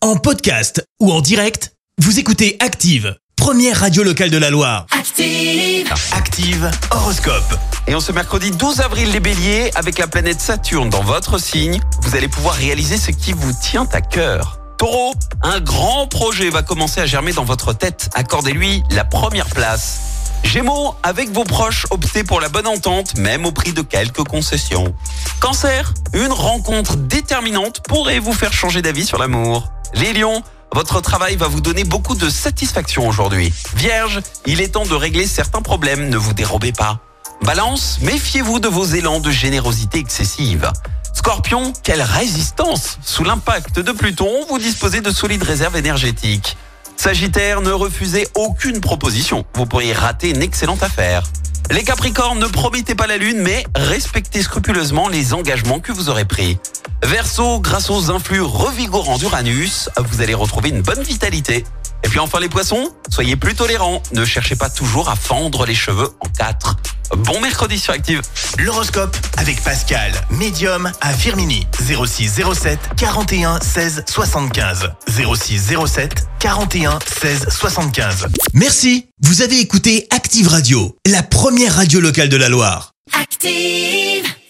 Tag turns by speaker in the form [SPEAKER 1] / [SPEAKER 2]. [SPEAKER 1] En podcast ou en direct, vous écoutez Active, première radio locale de la Loire.
[SPEAKER 2] Active.
[SPEAKER 3] Active Horoscope. Et en ce mercredi 12 avril, les béliers, avec la planète Saturne dans votre signe, vous allez pouvoir réaliser ce qui vous tient à cœur. Taureau, un grand projet va commencer à germer dans votre tête. Accordez-lui la première place. Gémeaux, avec vos proches, optez pour la bonne entente, même au prix de quelques concessions. Cancer, une rencontre déterminante pourrait vous faire changer d'avis sur l'amour. Les lions, votre travail va vous donner beaucoup de satisfaction aujourd'hui. Vierge, il est temps de régler certains problèmes, ne vous dérobez pas. Balance, méfiez-vous de vos élans de générosité excessive. Scorpion, quelle résistance Sous l'impact de Pluton, vous disposez de solides réserves énergétiques. Sagittaire, ne refusez aucune proposition, vous pourriez rater une excellente affaire. Les Capricornes, ne promettez pas la Lune, mais respectez scrupuleusement les engagements que vous aurez pris. Verseau, grâce aux influx revigorants d'Uranus, vous allez retrouver une bonne vitalité. Et puis enfin les poissons, soyez plus tolérants, ne cherchez pas toujours à fendre les cheveux en quatre. Bon mercredi sur Active.
[SPEAKER 1] L'horoscope avec Pascal, médium à Firmini, 0607 41 16 75. 0607 41 16 75. Merci, vous avez écouté Active Radio, la première radio locale de la Loire.
[SPEAKER 2] Active.